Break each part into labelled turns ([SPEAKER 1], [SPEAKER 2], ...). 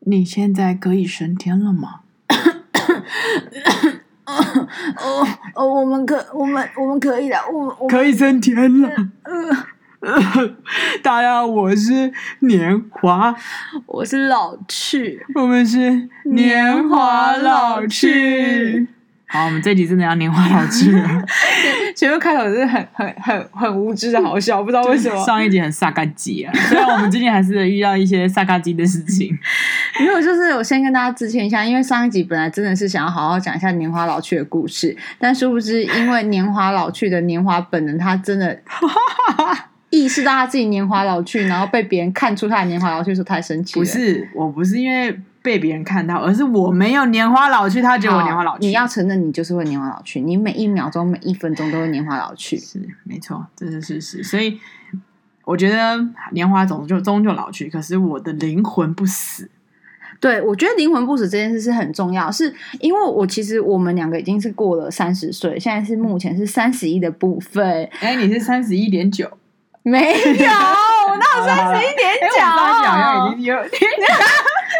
[SPEAKER 1] 你现在可以升天了吗？
[SPEAKER 2] 哦哦，我们可我们我们可以的，我们我们
[SPEAKER 1] 可以升天了。
[SPEAKER 2] 呃，
[SPEAKER 1] 嗯 大家，我是年华，
[SPEAKER 2] 我是老去，
[SPEAKER 1] 我们是年华老去。好，我们这集真的要年华老去 了。
[SPEAKER 2] 前面开头真的很很很很无知的好笑，不知道为什么。
[SPEAKER 1] 上一集很萨嘎鸡啊，虽然我们最近还是遇到一些萨嘎鸡的事情。
[SPEAKER 2] 没有，就是我先跟大家致歉一下，因为上一集本来真的是想要好好讲一下年华老去的故事，但殊不知因为年华老去的年华本人，他 真的意识到他自己年华老去，然后被别人看出他的年华老去的时候，他还生气
[SPEAKER 1] 不
[SPEAKER 2] 了。
[SPEAKER 1] 是，我不是因为被别人看到，而是我没有年华老去，他觉得我年华老去。
[SPEAKER 2] 你要承认你就是会年华老去，你每一秒钟、每一分钟都会年华老去。
[SPEAKER 1] 是没错，这是事实。所以我觉得年华总就终究老去，可是我的灵魂不死。
[SPEAKER 2] 对，我觉得灵魂不死这件事是很重要，是因为我其实我们两个已经是过了三十岁，现在是目前是三十一的部分，
[SPEAKER 1] 哎、你是三十一点九，
[SPEAKER 2] 没有，我
[SPEAKER 1] 好了
[SPEAKER 2] 到
[SPEAKER 1] 好
[SPEAKER 2] 三
[SPEAKER 1] 了
[SPEAKER 2] 十一点
[SPEAKER 1] 哎，我
[SPEAKER 2] 九，
[SPEAKER 1] 发现好像已经有点，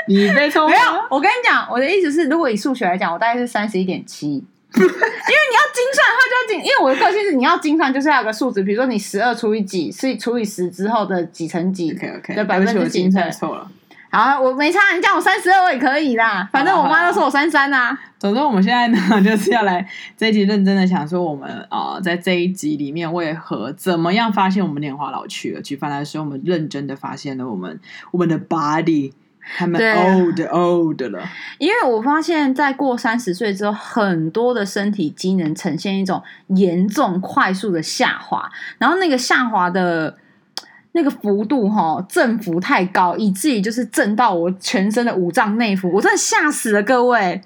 [SPEAKER 1] 你 被冲
[SPEAKER 2] 哦没有，我跟你讲，我的意思是，如果以数学来讲，我大概是三十一点 七，因为你要精算的话，就要精，因为我的个性是你要精算，就是要有个数值，比如说你十二除以几是除以十之后的几乘几
[SPEAKER 1] OK OK，
[SPEAKER 2] 的百分之几
[SPEAKER 1] 精算
[SPEAKER 2] 对。
[SPEAKER 1] 错了。
[SPEAKER 2] 好，我没差，你叫我三十二我也可以啦，反正我妈都说我三三啊。
[SPEAKER 1] 总之，我们现在呢， 就是要来这一集认真的想说，我们啊、呃在这一集里面为何怎么样发现我们年华老去了？举凡来说，我们认真的发现了我们我们的 body，他们
[SPEAKER 2] 对啊
[SPEAKER 1] old old 了。
[SPEAKER 2] 因为我发现，在过三十岁之后，很多的身体机能呈现一种严重快速的下滑，然后那个下滑的那个幅度哈、振幅太高，以至于就是震到我全身的五脏内腑，我真的吓死了各位。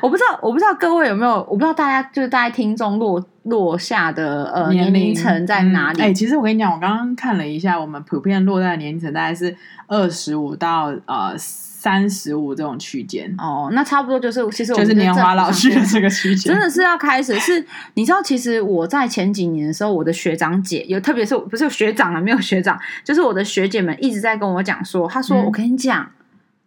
[SPEAKER 2] 我不知道，我不知道各位有没有，我不知道大家就是大家听众落落下的呃年龄层在哪里？
[SPEAKER 1] 哎、其实我跟你讲，我刚刚看了一下，我们普遍落在的年龄层大概是二十五到呃三十五这种区间，
[SPEAKER 2] 哦，那差不多就是其实我
[SPEAKER 1] 就
[SPEAKER 2] 们
[SPEAKER 1] 是年华
[SPEAKER 2] 正
[SPEAKER 1] 老去的
[SPEAKER 2] 常
[SPEAKER 1] 这个区间。
[SPEAKER 2] 真的是要开始，是你知道，其实我在前几年的时候，我的学长姐有，特别是不是学长啊，没有学长，就是我的学姐们一直在跟我讲说，她说、
[SPEAKER 1] 嗯
[SPEAKER 2] 我跟你讲。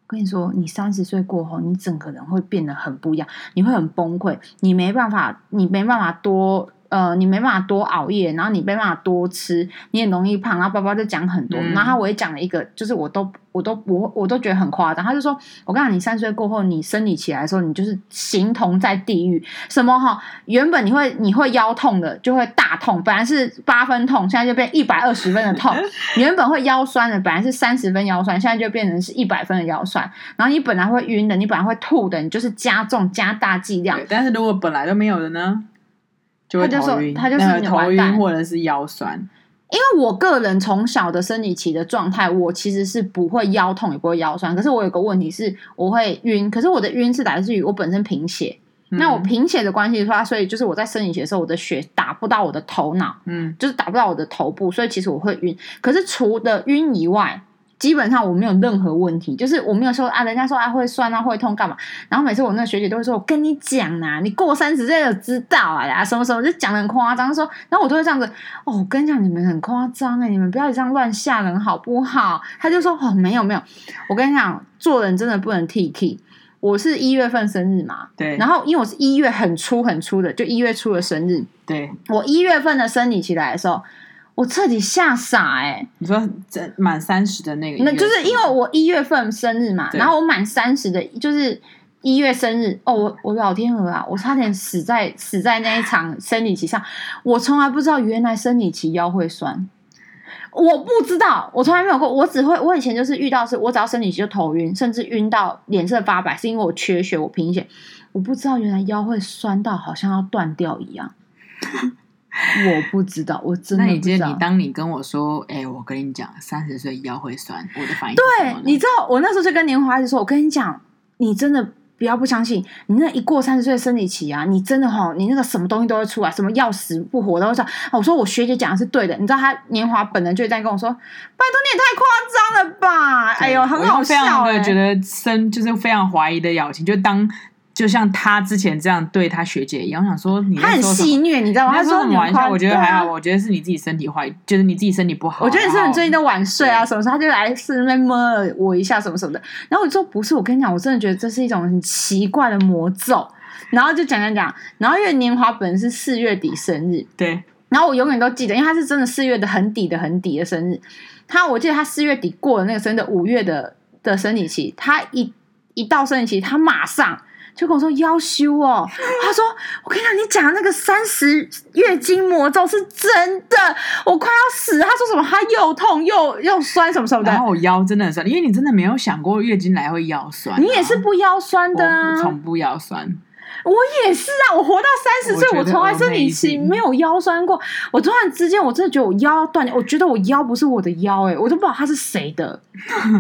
[SPEAKER 2] 我跟你说，你三十岁过后，你整个人会变得很不一样，你会很崩溃，你没办法，你没办法多呃，你没办法多熬夜，然后你没办法多吃，你也容易胖。然后包包就讲很多，
[SPEAKER 1] 嗯
[SPEAKER 2] 然后他我也讲了一个，就是我都我都我我都觉得很夸张。他就说，我告诉你，三十岁过后，你生理起来的时候，你就是形同在地狱。什么哈，原本你会你会腰痛的，就会大痛，本来是八分痛，现在就变一百二十分的 痛。你原本会腰酸的，本来是三十分腰酸，现在就变成是一百分的腰酸。然后你本来会晕的，你本来会吐的，你就是加重加大剂量
[SPEAKER 1] 对，。但是如果本来都没有的呢，就会
[SPEAKER 2] 他就说
[SPEAKER 1] 头晕，
[SPEAKER 2] 他就是
[SPEAKER 1] 那个
[SPEAKER 2] 你
[SPEAKER 1] 头
[SPEAKER 2] 完蛋
[SPEAKER 1] 晕或者是腰酸。
[SPEAKER 2] 因为我个人从小的生理期的状态，我其实是不会腰痛，也不会腰酸。可是我有个问题是，我会晕。可是我的晕是来自于我本身贫血。
[SPEAKER 1] 嗯
[SPEAKER 2] 那我贫血的关系的话，所以就是我在生理期的时候，我的血打不到我的头脑，
[SPEAKER 1] 嗯，
[SPEAKER 2] 就是打不到我的头部，所以其实我会晕。可是除了晕以外，基本上我没有任何问题，就是我没有说啊，人家说啊会酸啊会痛干嘛，然后每次我那个学姐都会说，我跟你讲啊，你过三十岁就知道啊啦，什么什么就讲的很夸张，说，然后我都会这样子，哦，我跟你讲，你们很夸张哎，你们不要这样乱吓人好不好？他就说，哦，没有没有，我跟你讲，做人真的不能 T K。我是一月份生日嘛，
[SPEAKER 1] 对，
[SPEAKER 2] 然后因为我是一月很初很初的，就一月初的生日，
[SPEAKER 1] 对，
[SPEAKER 2] 我一月份的生理期来的时候，我彻底吓傻哎、
[SPEAKER 1] 你说这满三十的那个一
[SPEAKER 2] 那
[SPEAKER 1] 月份，
[SPEAKER 2] 就是因为我一月份生日嘛，
[SPEAKER 1] 对
[SPEAKER 2] 然后我满三十的，就是一月生日哦，我我老天鹅啊，我差点死在死在那一场生理期上，我从来不知道原来生理期腰会酸。我不知道，我从来没有过，我只会我以前就是遇到是，我只要生理期就头晕，甚至晕到脸色发白，是因为我缺血，我贫血，我不知道原来腰会酸到好像要断掉一样， 我不知道，我真的
[SPEAKER 1] 那
[SPEAKER 2] 不
[SPEAKER 1] 你记
[SPEAKER 2] 知
[SPEAKER 1] 得
[SPEAKER 2] 道。
[SPEAKER 1] 你当你跟我说，哎、我跟你讲，三十岁腰会酸，我的反应
[SPEAKER 2] 对，你知道我那时候就跟年华一直说，我跟你讲，你真的不要不相信，你那一过三十岁的生理期啊，你真的哈，你那个什么东西都会出来，什么要死不活都会出来。啊我说我学姐讲的是对的，你知道她年华本人就在跟我说，拜托你也太夸张了吧，哎呦，很
[SPEAKER 1] 我
[SPEAKER 2] 好
[SPEAKER 1] 用非
[SPEAKER 2] 笑
[SPEAKER 1] 常
[SPEAKER 2] 哎、
[SPEAKER 1] 的觉得生就是非常怀疑的表情，就当。就像他之前这样对他学姐一样，我想说你在
[SPEAKER 2] 他欸很
[SPEAKER 1] 说什么
[SPEAKER 2] 戏谑，你知道吗？
[SPEAKER 1] 他
[SPEAKER 2] 他
[SPEAKER 1] 说什
[SPEAKER 2] 你
[SPEAKER 1] 么玩
[SPEAKER 2] 很夸
[SPEAKER 1] 笑？我觉得
[SPEAKER 2] 对啊
[SPEAKER 1] 还好，我觉得是你自己身体坏，就是你自己身体不好。啊
[SPEAKER 2] 我觉得你是不是
[SPEAKER 1] 然
[SPEAKER 2] 你
[SPEAKER 1] 后
[SPEAKER 2] 最近都晚睡啊，什么时候他就来是那边摸了我一下什么什么的。然后我就说不是，我跟你讲，我真的觉得这是一种很奇怪的魔咒。然后就讲讲讲，然后因为年华本人是四月底生日，
[SPEAKER 1] 对
[SPEAKER 2] 然后我永远都记得，因为他是真的四月的很底的很底的生日。他我记得他四月底过了那个生日，五月的的生理期，他一一到生理期，他马上就跟我说要修哦。他说：“我跟你讲，你讲的那个三十月经魔咒是真的，我快要死了。”他说什么？他又痛又又酸什么什么
[SPEAKER 1] 然
[SPEAKER 2] 的。
[SPEAKER 1] 后我腰真的很酸，因为你真的没有想过月经来会腰酸啊、
[SPEAKER 2] 你也是不腰酸的啊
[SPEAKER 1] 我，从不腰酸，
[SPEAKER 2] 我也是啊！我活到三十岁，
[SPEAKER 1] 我觉得哦
[SPEAKER 2] 我从来生理期
[SPEAKER 1] amazing
[SPEAKER 2] 没有腰酸过。我突然之间，我真的觉得我腰断掉，我觉得我腰不是我的腰、欸，哎，我都不知道它是 谁的，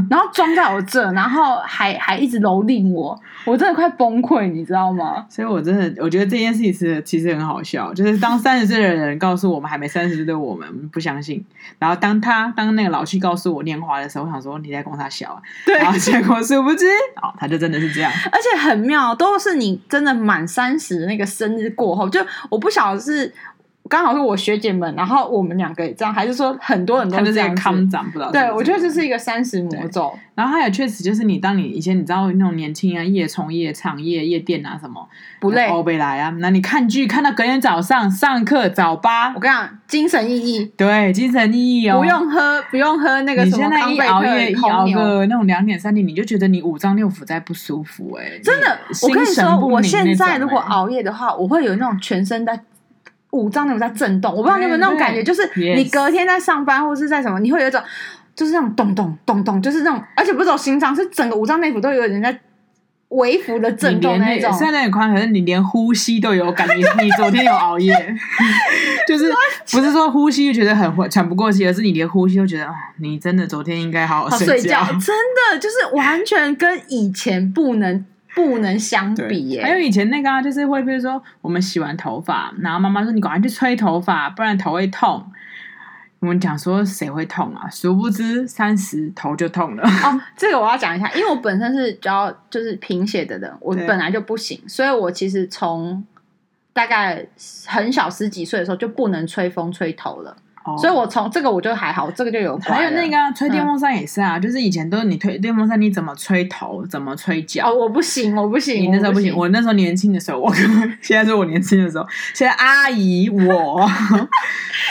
[SPEAKER 2] 然后装在我这，然后还还一直蹂躏我，我真的快崩溃，你知道吗？
[SPEAKER 1] 所以我真的我觉得这件事情是其实很好笑，就是当三十岁的人告诉我们还没三十岁的我们不相信，然后当他当那个老七告诉我年华的时候，我想说你在供他小啊，
[SPEAKER 2] 对
[SPEAKER 1] 然后结果殊不知哦，他就真的是这样，
[SPEAKER 2] 而且很妙，都是你真的满三十那个生日过后，就我不晓得是刚好是我学姐们，然后我们两个也这样，还是说很多人都
[SPEAKER 1] 他就是
[SPEAKER 2] 这
[SPEAKER 1] 一个
[SPEAKER 2] 样子
[SPEAKER 1] 康长不知道是不是这
[SPEAKER 2] 对，
[SPEAKER 1] 样。
[SPEAKER 2] 我觉得这是一个三十魔咒。
[SPEAKER 1] 然后还有确实就是你，当你以前你知道那种年轻啊，夜冲夜唱、夜夜店啊什么，
[SPEAKER 2] 不累
[SPEAKER 1] 欧贝来啊，那你看剧看到隔天早上上课早八
[SPEAKER 2] 我，跟你讲，精神意义
[SPEAKER 1] 对，精神意义哦。
[SPEAKER 2] 不用喝，不用喝那个
[SPEAKER 1] 你
[SPEAKER 2] 什
[SPEAKER 1] 现
[SPEAKER 2] 么
[SPEAKER 1] 在
[SPEAKER 2] 康
[SPEAKER 1] 一
[SPEAKER 2] 贝
[SPEAKER 1] 熬夜一
[SPEAKER 2] 特
[SPEAKER 1] 熬
[SPEAKER 2] 红牛。
[SPEAKER 1] 个那种两点三点，你就觉得你五脏六腑在不舒服哎、
[SPEAKER 2] 真的，
[SPEAKER 1] 你
[SPEAKER 2] 我跟你
[SPEAKER 1] 心神
[SPEAKER 2] 说，
[SPEAKER 1] 不宁
[SPEAKER 2] 我现
[SPEAKER 1] 那
[SPEAKER 2] 在
[SPEAKER 1] 种
[SPEAKER 2] 如果
[SPEAKER 1] 哎
[SPEAKER 2] 熬夜的话，我会有那种全身在五脏六腑在震动。我不知道你有没有那种感觉，
[SPEAKER 1] 对
[SPEAKER 2] 就是
[SPEAKER 1] 对
[SPEAKER 2] 你
[SPEAKER 1] Yes
[SPEAKER 2] 隔天在上班或是在什么，你会有一种就是那种咚咚咚咚，就是那种，而且不是走心脏，是整个五脏内腑都有人在微幅的震
[SPEAKER 1] 你
[SPEAKER 2] 动
[SPEAKER 1] 连
[SPEAKER 2] 那
[SPEAKER 1] 那
[SPEAKER 2] 一种。
[SPEAKER 1] 虽然很宽，可是你连呼吸都有 感。你你昨天有熬夜，就是不是说呼吸就觉得很喘不过气，而是你连呼吸都觉得啊，你真的昨天应该好
[SPEAKER 2] 好
[SPEAKER 1] 好
[SPEAKER 2] 睡
[SPEAKER 1] 觉
[SPEAKER 2] 觉，。真的就是完全跟以前不能不能相比耶、
[SPEAKER 1] 还有以前那个啊，就是会，比如说我们洗完头发，然后妈妈说你赶快去吹头发，不然头会痛。我们讲说谁会痛啊？殊不知三十头就痛了。
[SPEAKER 2] 哦，这个我要讲一下，因为我本身是比较就是贫血的人，我
[SPEAKER 1] 对
[SPEAKER 2] 本来就不行，所以我其实从大概很小十几岁的时候就不能吹风吹头了，所以我从这个我就哦还好，嗯这个就有
[SPEAKER 1] 哦还有那个、
[SPEAKER 2] 个。
[SPEAKER 1] 啊、吹电风扇也是啊，就是以前都是你吹电风扇，你怎么吹头，怎么吹脚，
[SPEAKER 2] 哦，我不行，我不行，
[SPEAKER 1] 你那时候
[SPEAKER 2] 不
[SPEAKER 1] 不行，我那时候年轻的时候，我现在是我年轻的时候，现在阿姨 我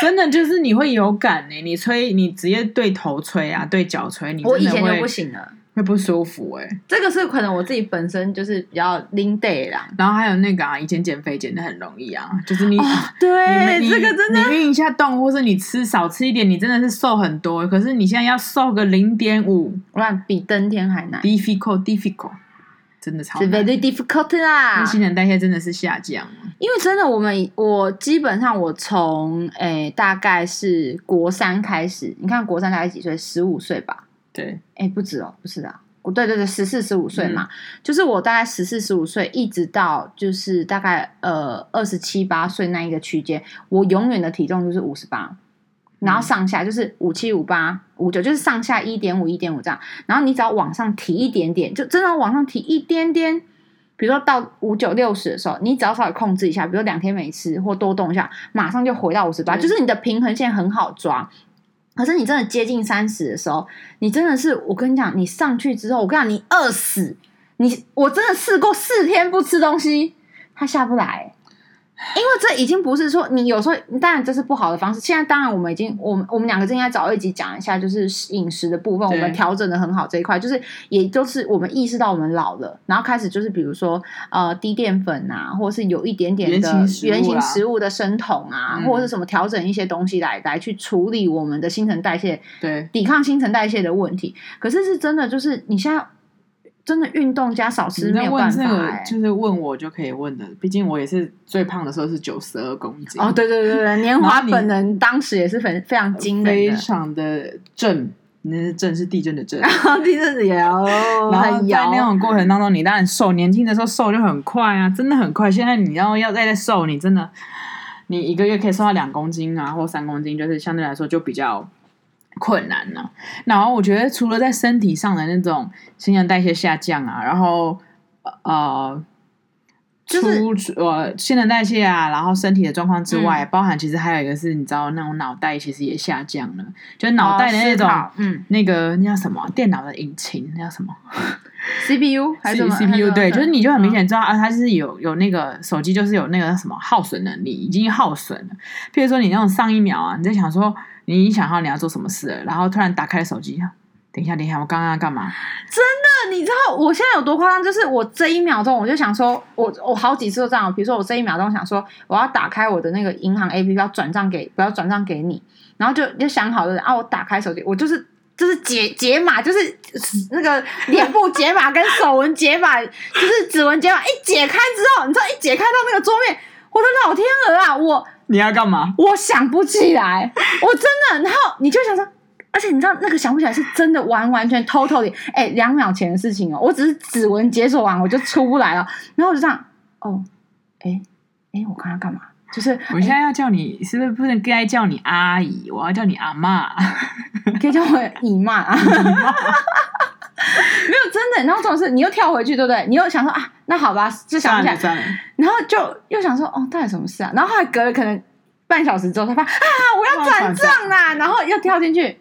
[SPEAKER 1] 真的就是你会有感呢、你吹你直接对头吹啊，对脚吹，你
[SPEAKER 2] 我以
[SPEAKER 1] 真的
[SPEAKER 2] 前就
[SPEAKER 1] 会
[SPEAKER 2] 不行了。
[SPEAKER 1] 会不舒服哎、
[SPEAKER 2] 这个是可能我自己本身就是比较拎 day 啦。
[SPEAKER 1] 然后还有那个啊，以前减肥减的很容易啊，就是你。
[SPEAKER 2] 对，
[SPEAKER 1] 你
[SPEAKER 2] 哦哎这个真的，
[SPEAKER 1] 你运一下动，或是你吃少吃一点，你真的是瘦很多。欸可是你现在要瘦个零点五
[SPEAKER 2] 我想比登天还难，
[SPEAKER 1] ，difficult difficult，真的超
[SPEAKER 2] 是
[SPEAKER 1] 难。
[SPEAKER 2] very difficult 啦
[SPEAKER 1] 那。新陈代谢真的是下降了。
[SPEAKER 2] 因为真的，我们我基本上我从诶、大概是国三开始，你看国三大概几岁？十五岁吧？
[SPEAKER 1] 对，
[SPEAKER 2] 诶、不止哦，不是的，我对对对，十四十五岁嘛，就是我大概十四十五岁一直到就是大概呃二十七八岁那一个区间，我永远的体重就是五十八。然后上下就是五七五八五九，就是上下一点五一点五这样。然后你只要往上提一点点，就真的往上提一点点，比如说到五九六十的时候，你只要稍微控制一下，比如两天没吃或多动一下，马上就回到五十八，
[SPEAKER 1] 嗯
[SPEAKER 2] 就是你的平衡线很好抓。可是你真的接近三十的时候，你真的是我跟你讲，你上去之后，我跟你讲，你饿死，你我真的试过四天不吃东西，它下不来。因为这已经不是说你有时候，当然这是不好的方式。现在当然我们已经，我们我们两个正在找一集讲一下，就是饮食的部分，我
[SPEAKER 1] 对
[SPEAKER 2] 们调整的很好这一块，就是也就是我们意识到我们老了，然后开始就是比如说呃低淀粉啊，或者是有一点点的
[SPEAKER 1] 原型食物啦
[SPEAKER 2] 原型食物的生酮啊，
[SPEAKER 1] 嗯
[SPEAKER 2] 或者是什么调整一些东西来来去处理我们的新陈代谢，
[SPEAKER 1] 对，
[SPEAKER 2] 抵抗新陈代谢的问题。可是是真的，就是你现在真的运动加少
[SPEAKER 1] 你
[SPEAKER 2] 吃没
[SPEAKER 1] 在
[SPEAKER 2] 有办
[SPEAKER 1] 问
[SPEAKER 2] 法、
[SPEAKER 1] 这个
[SPEAKER 2] 欸，。
[SPEAKER 1] 就是问我就可以问的，毕竟我也是最胖的时候是九十二公斤，
[SPEAKER 2] 哦，，对对对 对，年
[SPEAKER 1] 然
[SPEAKER 2] 华
[SPEAKER 1] 后你
[SPEAKER 2] 本人当时也是非非常惊人
[SPEAKER 1] 非
[SPEAKER 2] 的，
[SPEAKER 1] 常的正，那是正是地震的震。
[SPEAKER 2] 然 后第四次摇，
[SPEAKER 1] 然后
[SPEAKER 2] 很
[SPEAKER 1] 哦在那
[SPEAKER 2] 摇，
[SPEAKER 1] 种过程当中，你当然瘦，年轻的时候瘦就很快啊，真的很快。现在你要要再再瘦，你真的，你一个月可以瘦到两公斤啊，或三公斤，就是相对来说就比较困难了、然后我觉得除了在身体上的那种新陈代谢下降啊，然后呃
[SPEAKER 2] 就是嗯
[SPEAKER 1] 出呃新陈代谢啊，然后身体的状况之外，包含其实还有一个是，你知道那种脑袋其实也下降了，就脑袋的那种、
[SPEAKER 2] 哦思考嗯
[SPEAKER 1] 那个那叫什么电脑的引擎，那叫什么
[SPEAKER 2] CPU 还是什么
[SPEAKER 1] C P
[SPEAKER 2] 还是
[SPEAKER 1] U
[SPEAKER 2] 什么
[SPEAKER 1] 对，就是你就很明显知道、啊，它是有有那个手机就是有那个什么耗损能力，已经耗损了。譬如说你那种上一秒啊，你在想说你已经想好你要做什么事了，然后突然打开手机，等一下等一下，我刚刚要干嘛？
[SPEAKER 2] 你知道我现在有多夸张？就是我这一秒钟，我就想说，我我好几次都这样。比如说，我这一秒钟想说，我要打开我的那个银行 APP，要转账给，不要转账给你，然后就就想好了啊，我打开手机，我就是就是解解码，就是那个脸部解码跟手纹解码， 就是指纹解码，一解开之后，你知道一解开到那个桌面，我的老天鹅啊，我
[SPEAKER 1] 你要干嘛？
[SPEAKER 2] 我想不起来，我真的，然后你就想说，而且你知道那个想不起来是真的完完全 totally，哎、两秒前的事情哦，我只是指纹解锁完我就出不来了，然后我就这样，哦，哎、哎、我刚刚干嘛？就是
[SPEAKER 1] 我现在要叫你，是不是不能该叫你阿姨？我要叫你阿妈。
[SPEAKER 2] 可以叫我姨妈 啊。没有真的，然后总是你又跳回去，对不对？你又想说啊，那好吧，就想
[SPEAKER 1] 算
[SPEAKER 2] 不起 来
[SPEAKER 1] 了，算了，
[SPEAKER 2] 然后就又想说，哦，到底什么事啊？然后后来隔了可能半小时之后，才发现啊，我要转账啦，然后又跳进去，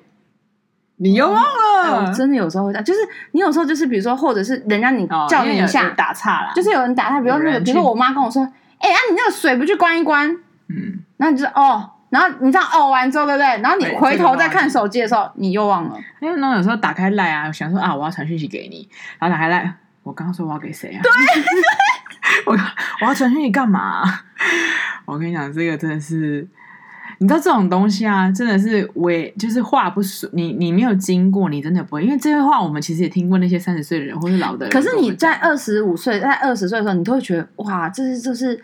[SPEAKER 1] 你又忘
[SPEAKER 2] 哎
[SPEAKER 1] 了
[SPEAKER 2] 我，真的有时候会这样，就是你有时候就是比如说，或者是人家你
[SPEAKER 1] 哦
[SPEAKER 2] 叫
[SPEAKER 1] 因为
[SPEAKER 2] 你
[SPEAKER 1] 有
[SPEAKER 2] 一下，
[SPEAKER 1] 有打岔啦，
[SPEAKER 2] 就是是有人打他，比如说那
[SPEAKER 1] 有
[SPEAKER 2] 个，
[SPEAKER 1] 人
[SPEAKER 2] 比
[SPEAKER 1] 去
[SPEAKER 2] 如说我妈跟我说，哎、啊你那个水不去关一关，
[SPEAKER 1] 嗯，
[SPEAKER 2] 然后你就哦，然后你这样哦完之后，对不对？然后你
[SPEAKER 1] 对
[SPEAKER 2] 回
[SPEAKER 1] 这个
[SPEAKER 2] 头
[SPEAKER 1] 忘
[SPEAKER 2] 再看
[SPEAKER 1] 了
[SPEAKER 2] 手机的时候，你又忘了。
[SPEAKER 1] 因为那种有时候打开赖啊，想说啊，我要传讯息给你，然后打开赖，我刚刚说我要给谁啊？对， 我我要传讯息干嘛、我跟你讲，这个真的是。你知道这种东西啊，真的是我也就是话不说，你你没有经过，你真的不会。因为这些话我们其实也听过那些三十岁的人或是老的人
[SPEAKER 2] 可
[SPEAKER 1] 跟
[SPEAKER 2] 是
[SPEAKER 1] 我
[SPEAKER 2] 你
[SPEAKER 1] 们讲。
[SPEAKER 2] 在二十五岁，在二十岁的时候，你都会觉得哇，这是就是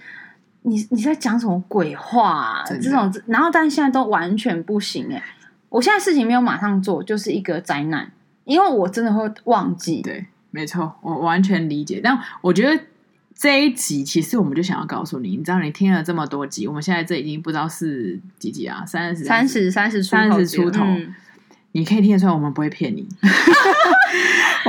[SPEAKER 2] 你你在讲什么鬼话、啊？
[SPEAKER 1] 真的
[SPEAKER 2] 这种，然后但现在都完全不行哎、我现在事情没有马上做，就是一个灾难，因为我真的会忘记。
[SPEAKER 1] 对，没错，我完全理解。但我觉得这一集其实我们就想要告诉你，你知道你听了这么多集，我们现在这已经不知道是几集啊，三十、
[SPEAKER 2] 三，十三十出头，
[SPEAKER 1] 30出头
[SPEAKER 2] 嗯
[SPEAKER 1] 你可以听得出来，我们不会骗你。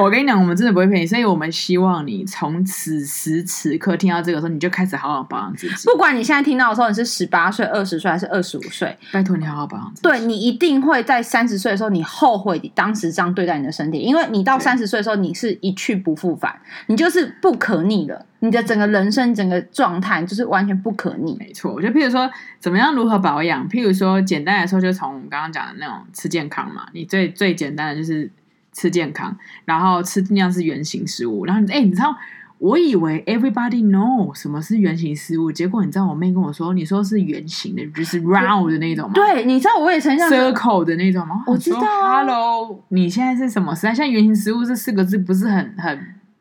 [SPEAKER 1] 我跟你讲，我们真的不会骗你，所以我们希望你从此时此刻听到这个时候，你就开始好好保养自己。
[SPEAKER 2] 不管你现在听到的时候，你是十八岁、二十岁还是二十五岁，
[SPEAKER 1] 拜托你好好保养自己。
[SPEAKER 2] 对你一定会在三十岁的时候，你后悔你当时这样对待你的身体，因为你到
[SPEAKER 1] 对
[SPEAKER 2] 三十岁的时候，你是一去不复返，你就是不可逆的，你的整个人生、整个状态就是完全不可逆。
[SPEAKER 1] 没错，我觉得譬如说，怎么样如何保养？譬如说，简单来说，就从我们刚刚讲的那种吃健康嘛，你最最简单的就是吃健康，然后吃尽量是原型食物。然后，哎，你知道，我以为 everybody know 什么是原型食物，结果你知道我妹跟我说，你说是圆形的，就是 round 的那种吗？
[SPEAKER 2] 对，你知道我也曾经想说
[SPEAKER 1] ，circle 的那种吗？
[SPEAKER 2] 我知道啊
[SPEAKER 1] Hello，你现在是什么时代？现在原型食物这四个字不是很很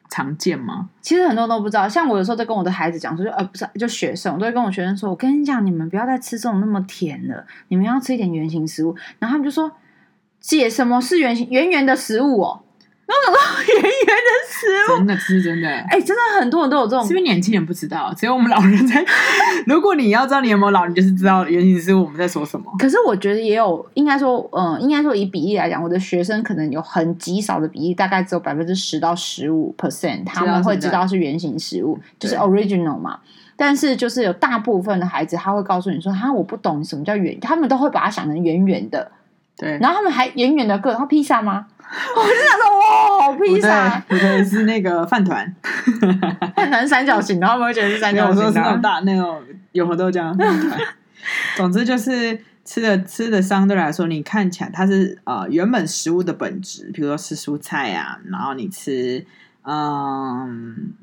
[SPEAKER 1] 常见吗？
[SPEAKER 2] 其实很多人都不知道，像我有时候在跟我的孩子讲说，就呃不是，就学生，我都会跟我学生说，我跟你讲，你们不要再吃这种那么甜了，你们要吃一点圆形食物。然后他们就说，姐，什么是圆形圆圆的食物哦？然后我想说圆圆的食物，
[SPEAKER 1] 真的，是真的。
[SPEAKER 2] 哎、真的很多人都有这种
[SPEAKER 1] 是不是年轻人不知道？只有我们老人 才。如果你要知道你有没有老，你就是知道原型是我们在说什么。
[SPEAKER 2] 可是我觉得也有，应该说，嗯，应该说以比例来讲，我的学生可能有很极少的比例，大概只有百分之十到十五 percent，他们会知道是原型食物，就
[SPEAKER 1] 对
[SPEAKER 2] 是 original 嘛。但是就是有大部分的孩子，他会告诉你说，哈，我不懂什么叫圆，他们都会把它想成圆圆的，
[SPEAKER 1] 对，
[SPEAKER 2] 然后他们还圆圆的个，然后披萨吗？ 我就想说，哇，披 萨，
[SPEAKER 1] 不对，不对，是那个饭团。
[SPEAKER 2] 看成三角形，然后他们会觉得是三
[SPEAKER 1] 没有，
[SPEAKER 2] 角
[SPEAKER 1] 我
[SPEAKER 2] 形
[SPEAKER 1] 说是
[SPEAKER 2] 的
[SPEAKER 1] 那
[SPEAKER 2] 啊
[SPEAKER 1] 种。大那种永和豆浆的饭团。总之就是吃的吃的相对来说，你看起来它是呃原本食物的本质，比如说吃蔬菜啊，然后你吃嗯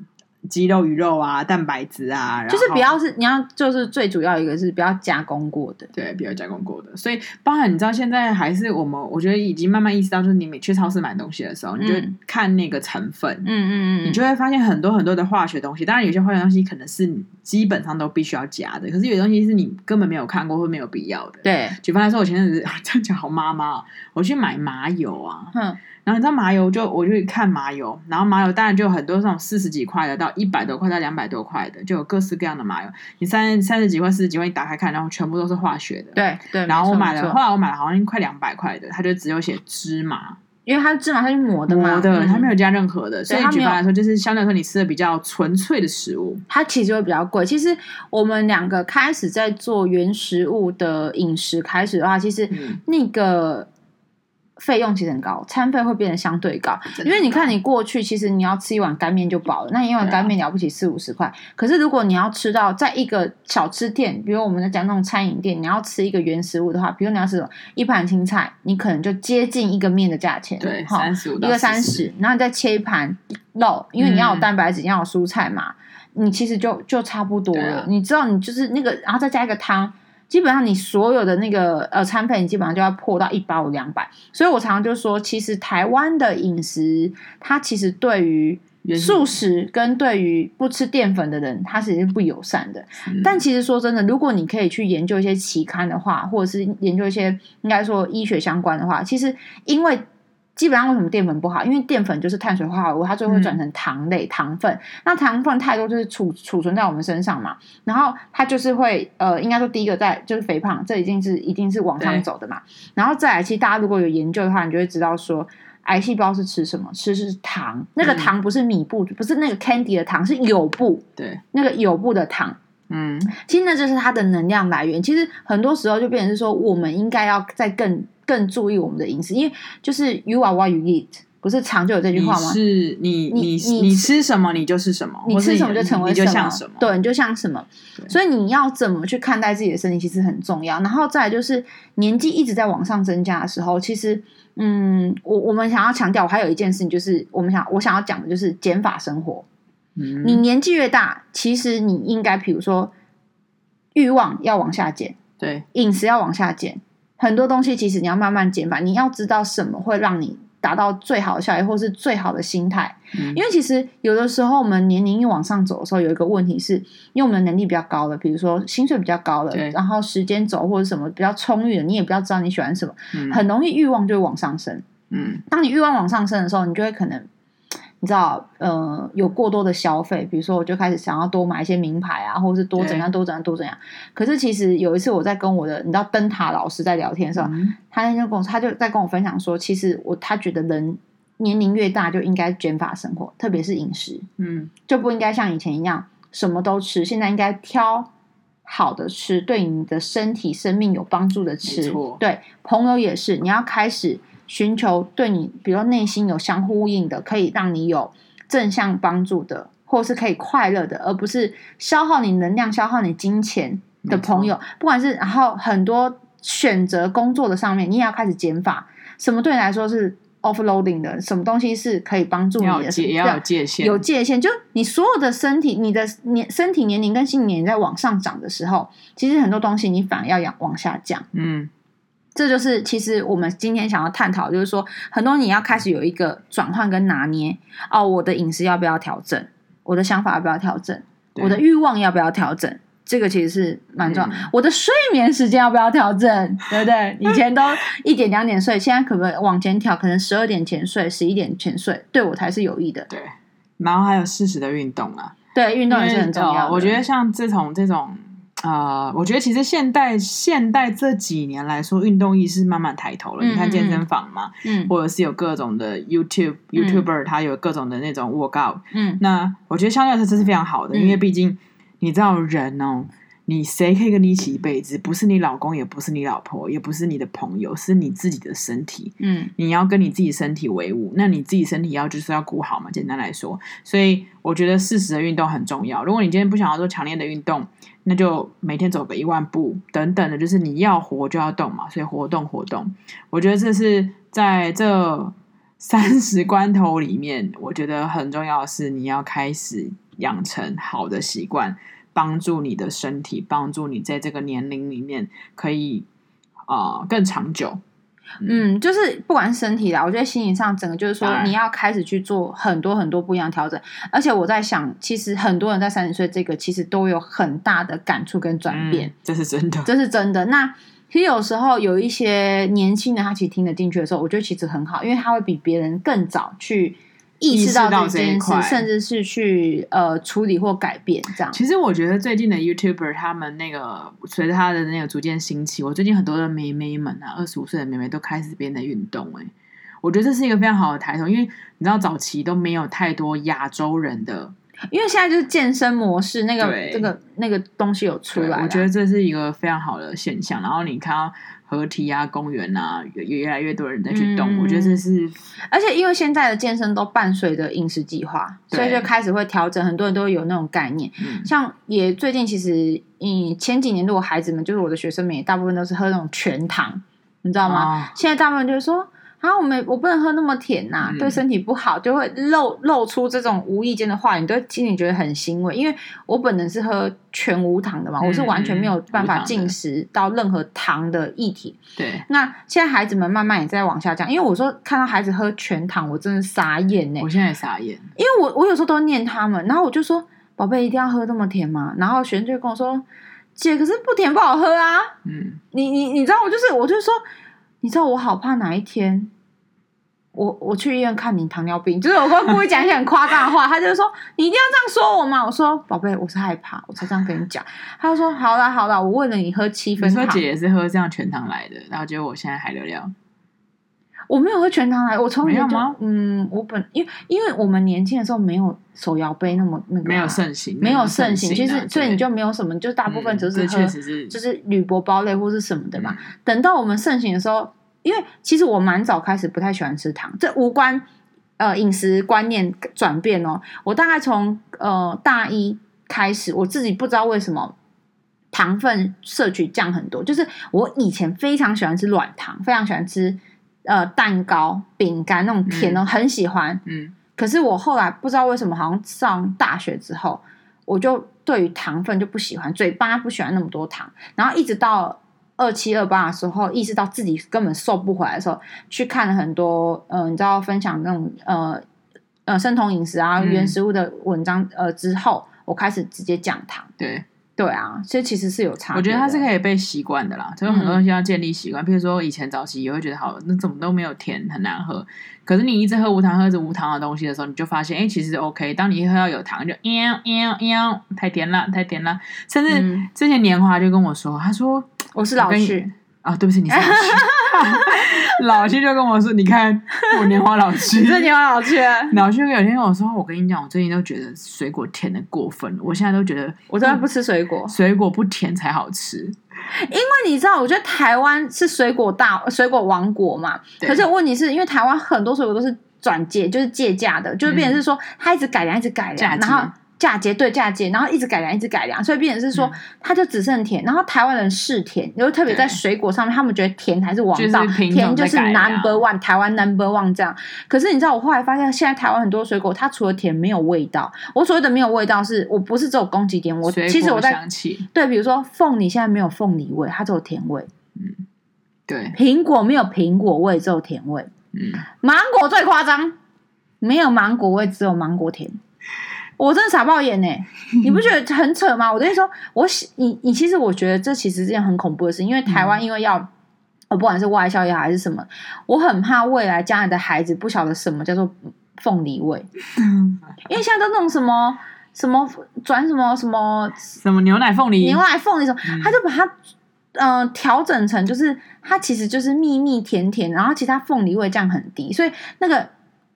[SPEAKER 1] 鸡肉、鱼肉啊、蛋白质啊，然后
[SPEAKER 2] 就是不要是你要就是最主要一个是不要加工过的，
[SPEAKER 1] 对，比较加工过的。所以，包含你知道，现在还是我们，我觉得已经慢慢意识到，就是你每去超市买东西的时候，你就
[SPEAKER 2] 嗯
[SPEAKER 1] 看那个成分，
[SPEAKER 2] 嗯嗯嗯，
[SPEAKER 1] 你就会发现很多很多的化学东西。当然，有些化学东西可能是你基本上都必须要加的，可是有些东西是你根本没有看过或没有必要的。，
[SPEAKER 2] 对，
[SPEAKER 1] 举凡来说，我前阵子啊 这样讲好妈妈、哦，我去买麻油啊，
[SPEAKER 2] 哼，
[SPEAKER 1] 然后你知道麻油就我就看麻油，然后麻油当然就有很多这种四十几块的到一百多块到两百多块的，就有各式各样的麻油。你三三十几块、四十几块，你打开看，然后全部都是化学的。
[SPEAKER 2] 对对。
[SPEAKER 1] 然后我
[SPEAKER 2] 没错
[SPEAKER 1] 买
[SPEAKER 2] 没
[SPEAKER 1] 了，
[SPEAKER 2] 错
[SPEAKER 1] 后来我买了好像快两百块的，它就只有写芝麻，
[SPEAKER 2] 因为它芝麻它是磨的嘛，
[SPEAKER 1] 磨的，
[SPEAKER 2] 嗯
[SPEAKER 1] 它没有加任何的，所以
[SPEAKER 2] 它
[SPEAKER 1] 举
[SPEAKER 2] 没有
[SPEAKER 1] 凡来说，就是相对来说你吃的比较纯粹的食物。
[SPEAKER 2] 它其实会比较贵。其实我们两个开始在做原食物的饮食开始的话，其实
[SPEAKER 1] 嗯
[SPEAKER 2] 那个费用其实很高，餐费会变得相对高。
[SPEAKER 1] 真的
[SPEAKER 2] 因为你看，你过去其实你要吃一碗干面就饱了，那一碗
[SPEAKER 1] 对啊
[SPEAKER 2] 干面了不起四五十块。可是如果你要吃到在一个小吃店，比如我们在讲那种餐饮店，你要吃一个原食物的话，比如你要吃一盘青菜，你可能就接近一个面的价钱，
[SPEAKER 1] 对，
[SPEAKER 2] 嗯哈，
[SPEAKER 1] 三十五
[SPEAKER 2] 一个三，十，然后你再切一盘肉，因为你要有
[SPEAKER 1] 嗯
[SPEAKER 2] 蛋白质，你要有蔬菜嘛，你其实就就差不多
[SPEAKER 1] 对
[SPEAKER 2] 了。
[SPEAKER 1] 啊
[SPEAKER 2] 你知道，你就是那个，然后再加一个汤，基本上你所有的那个呃餐费，你基本上就要破到一百五两百。所以我常常就说，其实台湾的饮食，它其实对于
[SPEAKER 1] 原始
[SPEAKER 2] 素食跟对于不吃淀粉的人，它其实是不友善的。
[SPEAKER 1] 嗯
[SPEAKER 2] 但其实说真的，如果你可以去研究一些期刊的话，或者是研究一些应该说医学相关的话，其实因为基本上为什么淀粉不好？因为淀粉就是碳水化合物，它最后会
[SPEAKER 1] 嗯
[SPEAKER 2] 转成糖类、糖分。那糖分太多就是储储存在我们身上嘛，然后它就是会呃，应该说第一个在就是肥胖，这已经是一定是往上
[SPEAKER 1] 对
[SPEAKER 2] 走的嘛。然后再来，其实大家如果有研究的话，你就会知道说。癌细胞是吃什么？吃是糖，那个
[SPEAKER 1] 嗯
[SPEAKER 2] 糖不是米布，不是那个 candy 的糖，是油布，
[SPEAKER 1] 对，
[SPEAKER 2] 那个油布的糖。
[SPEAKER 1] 嗯，
[SPEAKER 2] 其实那就是它的能量来源。其实很多时候就变成是说，我们应该要再更更注意我们的饮食，因为就是 you are what you eat，不是常就有这句
[SPEAKER 1] 你
[SPEAKER 2] 话吗？
[SPEAKER 1] 是你
[SPEAKER 2] 你
[SPEAKER 1] 你
[SPEAKER 2] 你
[SPEAKER 1] 你吃什么，你就是什么，
[SPEAKER 2] 你
[SPEAKER 1] 或是
[SPEAKER 2] 吃什么就成为
[SPEAKER 1] 你就像
[SPEAKER 2] 什
[SPEAKER 1] 什么，
[SPEAKER 2] 对，你就像什么。
[SPEAKER 1] 对
[SPEAKER 2] 所以你要怎么去看待自己的身体，其实很重要。然后再来就是年纪一直在往上增加的时候，其实，嗯，我我们想要强调，我还有一件事情，就是我们想我想要讲的就是减法生活。
[SPEAKER 1] 嗯，
[SPEAKER 2] 你年纪越大，其实你应该，比如说欲望要往下减，
[SPEAKER 1] 对
[SPEAKER 2] 饮食要往下减，很多东西其实你要慢慢减吧。你要知道什么会让你达到最好的效益，或是最好的心态。
[SPEAKER 1] 嗯
[SPEAKER 2] 因为其实有的时候我们年龄一往上走的时候，有一个问题是，因为我们的能力比较高了，比如说薪水比较高了
[SPEAKER 1] 对，
[SPEAKER 2] 然后时间轴或者什么比较充裕了，你也比较知道你喜欢什么，
[SPEAKER 1] 嗯
[SPEAKER 2] 很容易欲望就会往上升。
[SPEAKER 1] 嗯
[SPEAKER 2] 当你欲望往上升的时候，你就会可能。你知道，呃，有过多的消费，比如说，我就开始想要多买一些名牌啊，或者是多怎样多怎样多怎样。可是其实有一次我在跟我的，你知道灯塔老师在聊天的时候，
[SPEAKER 1] 嗯
[SPEAKER 2] 他那天就跟我，他就在跟我分享说，其实我他觉得人年龄越大就应该减法生活，特别是饮食，
[SPEAKER 1] 嗯
[SPEAKER 2] 就不应该像以前一样什么都吃，现在应该挑好的吃，对你的身体、生命有帮助的
[SPEAKER 1] 没
[SPEAKER 2] 吃
[SPEAKER 1] 错。
[SPEAKER 2] 对朋友也是，你要开始寻求对你，比如内心有相呼应的，可以让你有正向帮助的，或是可以快乐的，而不是消耗你能量、消耗你金钱的朋友。不管是然后很多选择工作的上面，你也要开始减法，什么对你来说是 offloading 的，什么东西是可以帮助你
[SPEAKER 1] 要有
[SPEAKER 2] 的，
[SPEAKER 1] 界也
[SPEAKER 2] 对啊
[SPEAKER 1] 要有界限，
[SPEAKER 2] 有界限。就你所有的身体，你的年身体年龄跟心理年龄在往上涨的时候，其实很多东西你反而要往往下降。
[SPEAKER 1] 嗯
[SPEAKER 2] 这就是其实我们今天想要探讨，就是说很多你要开始有一个转换跟拿捏哦，我的饮食要不要调整？我的想法要不要调整？
[SPEAKER 1] 对
[SPEAKER 2] 我的欲望要不要调整？这个其实是蛮重要。
[SPEAKER 1] 嗯
[SPEAKER 2] 我的睡眠时间要不要调整？对不对？以前都一点两点睡，现在可不可以往前调？可能十二点前睡，十一点前睡，对我才是有益的。
[SPEAKER 1] 对，然后还有适时的运动啊，
[SPEAKER 2] 对，运动也
[SPEAKER 1] 因
[SPEAKER 2] 是
[SPEAKER 1] 为
[SPEAKER 2] 很重要
[SPEAKER 1] 呃
[SPEAKER 2] 的。嗯
[SPEAKER 1] 我觉得像这种这种。啊、我觉得其实现代现代这几年来说，运动意识慢慢抬头了。你
[SPEAKER 2] 嗯嗯
[SPEAKER 1] 看健
[SPEAKER 2] 嗯
[SPEAKER 1] 身房嘛，
[SPEAKER 2] 嗯
[SPEAKER 1] 或者是有各种的 YouTube YouTuber，他有各种的那种 workout，
[SPEAKER 2] 嗯，
[SPEAKER 1] 那我觉得相对来说这是非常好的，
[SPEAKER 2] 嗯
[SPEAKER 1] 因为毕竟你知道人哦，你谁可以跟你一起一辈子？不是你老公，也不是你老婆，也不是你的朋友，是你自己的身体。
[SPEAKER 2] 嗯
[SPEAKER 1] 你要跟你自己身体为伍，那你自己身体要就是要顾好嘛。简单来说，所以我觉得适时的运动很重要。如果你今天不想要做强烈的运动，那就每天走个一万步等等的，就是你要活就要动嘛，所以活动活动。我觉得这是在这三十关头里面，我觉得很重要的是你要开始养成好的习惯，帮助你的身体，帮助你在这个年龄里面可以啊、呃更长久。
[SPEAKER 2] 嗯，就是不管是身体啦，我觉得心理上整个就是
[SPEAKER 1] 当
[SPEAKER 2] 说，
[SPEAKER 1] 然
[SPEAKER 2] 你要开始去做很多很多不一样的调整。而且我在想，其实很多人在三十岁这个，其实都有很大的感触跟转变，
[SPEAKER 1] 嗯，这是真的。
[SPEAKER 2] 这是真的。那其实有时候有一些年轻人，他其实听得进去的时候，我觉得其实很好，因为他会比别人更早去意
[SPEAKER 1] 意
[SPEAKER 2] 识
[SPEAKER 1] 识
[SPEAKER 2] 到
[SPEAKER 1] 到
[SPEAKER 2] 这
[SPEAKER 1] 这一
[SPEAKER 2] 件事，
[SPEAKER 1] 块
[SPEAKER 2] 甚至是去呃处理或改变这样。
[SPEAKER 1] 其实我觉得最近的 YouTuber 他们那个随着他的那个逐渐兴起，我最近很多的妹妹们啊，二十五岁的妹妹都开始变得运动哎、我觉得这是一个非常好的抬头，因为你知道早期都没有太多亚洲人的，
[SPEAKER 2] 因为现在就是健身模式那个
[SPEAKER 1] 对
[SPEAKER 2] 这个那个东西有出来啦，
[SPEAKER 1] 我觉得这是一个非常好的现象。然后你看到合体啊、公园啊，越越来越多人在去动，
[SPEAKER 2] 嗯
[SPEAKER 1] 我觉得这是
[SPEAKER 2] 而且因为现在的健身都伴随着饮食计划，
[SPEAKER 1] 对
[SPEAKER 2] 所以就开始会调整，很多人都有那种概念。
[SPEAKER 1] 嗯
[SPEAKER 2] 像也最近其实，嗯，前几年的我孩子们，就是我的学生们，也大部分都是喝那种全糖，你知道吗？
[SPEAKER 1] 哦
[SPEAKER 2] 现在大部分就是说。啊，我们我不能喝那么甜呐、
[SPEAKER 1] 嗯
[SPEAKER 2] 对身体不好，就会露露出这种无意间的话，你都会心里觉得很欣慰。因为我本人是喝全无糖的嘛，
[SPEAKER 1] 嗯
[SPEAKER 2] 我是完全没有办
[SPEAKER 1] 无
[SPEAKER 2] 法
[SPEAKER 1] 糖的
[SPEAKER 2] 进食到任何糖的液体，
[SPEAKER 1] 对。
[SPEAKER 2] 那现在孩子们慢慢也在往下降，因为我说看到孩子喝全糖，我真的傻眼呢、
[SPEAKER 1] 我现在也傻眼，
[SPEAKER 2] 因为我我有时候都念他们，然后我就说宝贝一定要喝这么甜吗？然后学生就跟我说姐，可是不甜不好喝啊。
[SPEAKER 1] 嗯，
[SPEAKER 2] 你你你知道我就是我就是说，你知道我好怕哪一天。我我去医院看你糖尿病，就是我会故意讲一些很夸张的话，他就说你一定要这样说我嘛。我说宝贝，我是害怕，我才这样跟你讲。他就说好啦好啦，我为了你喝七
[SPEAKER 1] 你
[SPEAKER 2] 分
[SPEAKER 1] 说
[SPEAKER 2] 糖，
[SPEAKER 1] 姐也是喝这样全糖来的，然后结果我现在还流量，
[SPEAKER 2] 我没有喝全糖来，我从以
[SPEAKER 1] 没有
[SPEAKER 2] 前就
[SPEAKER 1] 吗
[SPEAKER 2] 嗯，我本因为因为我们年轻的时候没有手摇杯那么那个啊、
[SPEAKER 1] 没有盛行，
[SPEAKER 2] 没有
[SPEAKER 1] 盛
[SPEAKER 2] 盛行，其实
[SPEAKER 1] 啊
[SPEAKER 2] 所以
[SPEAKER 1] 对
[SPEAKER 2] 你就没有什么，就大部分
[SPEAKER 1] 嗯
[SPEAKER 2] 只
[SPEAKER 1] 这
[SPEAKER 2] 是喝、
[SPEAKER 1] 确实是
[SPEAKER 2] 就是铝箔包类或是什么的嘛。
[SPEAKER 1] 嗯
[SPEAKER 2] 等到我们盛行的时候，因为其实我蛮早开始不太喜欢吃糖，这无关呃饮食观念转变哦。我大概从呃大一开始，我自己不知道为什么。糖分摄取降很多，就是我以前非常喜欢吃软糖，非常喜欢吃呃蛋糕、饼干那种甜的，哦很喜欢。
[SPEAKER 1] 嗯，
[SPEAKER 2] 可是我后来不知道为什么，好像上大学之后，我就对于糖分就不喜欢，嘴巴不喜欢那么多糖，然后一直到二七二八的时候，意识到自己根本瘦不回来的时候，去看了很多呃，你知道分享那种呃呃生酮饮食啊、
[SPEAKER 1] 嗯
[SPEAKER 2] 原食物的文章呃之后，我开始直接降糖。
[SPEAKER 1] 对，
[SPEAKER 2] 对啊，所以其实是有差别的。嗯
[SPEAKER 1] 我觉得它是可以被习惯的啦，就是很多东西要建立习惯。譬如说，以前早期也会觉得好，那怎么都没有甜，很难喝。可是你一直喝无糖，喝着无糖的东西的时候，你就发现，哎、其实 OK。当你一喝到有糖，就喵喵喵，太甜了，太甜了。甚至
[SPEAKER 2] 嗯
[SPEAKER 1] 之前年华就跟我说，他说
[SPEAKER 2] 我是老
[SPEAKER 1] 我跟
[SPEAKER 2] 去，
[SPEAKER 1] 啊，对不起，你是老区，老区就跟我说，你看我年华老区，
[SPEAKER 2] 你这牛老去，
[SPEAKER 1] 老区有一天跟我说，我跟你讲，我最近都觉得水果甜的过分了， 我现在都觉得
[SPEAKER 2] 我真的不吃水果。
[SPEAKER 1] 水果不甜才好吃。
[SPEAKER 2] 那你知道，我觉得台湾是水果大水果王国嘛？
[SPEAKER 1] 对
[SPEAKER 2] 可是问题是因为台湾很多水果都是转借，就是借价的，就是变成是说它一直改良，一直改
[SPEAKER 1] 嫁
[SPEAKER 2] 良，
[SPEAKER 1] 接
[SPEAKER 2] 然后嫁接对嫁接，然后一直改良，一直改良，所以变成是说、它就只剩甜。然后台湾人嗜甜，尤其特别
[SPEAKER 1] 对
[SPEAKER 2] 在水果上面，他们觉得甜才是王道，
[SPEAKER 1] 就是品种
[SPEAKER 2] 甜就是
[SPEAKER 1] 在改良
[SPEAKER 2] number one，台湾 number one 这样。可是你知道，我后来发现现在台湾很多水果，它除了甜没有味道。我所谓的没有味道是，我不是只有攻击点，我
[SPEAKER 1] 水
[SPEAKER 2] 其实
[SPEAKER 1] 果
[SPEAKER 2] 我在
[SPEAKER 1] 香气，
[SPEAKER 2] 对，比如说凤梨现在没有凤梨味，它只有甜味。
[SPEAKER 1] 对，
[SPEAKER 2] 苹果没有苹果味，只有甜味。
[SPEAKER 1] 嗯，
[SPEAKER 2] 芒果最夸张，没有芒果味，只有芒果甜。我真的傻爆眼呢、你不觉得很扯吗？我跟你说，我喜你你其实我觉得这其实是件很恐怖的事，因为台湾因为要，我不管是外销也好还是什么，我很怕未来家里的孩子不晓得什么叫做凤梨味，因为现在都那种什么什么转什么什么
[SPEAKER 1] 什么牛奶凤梨？
[SPEAKER 2] 牛奶凤梨什么
[SPEAKER 1] 嗯，
[SPEAKER 2] 他就把它嗯调、整成就是它其实就是蜜蜜甜甜，然后其他凤梨味降很低，所以那个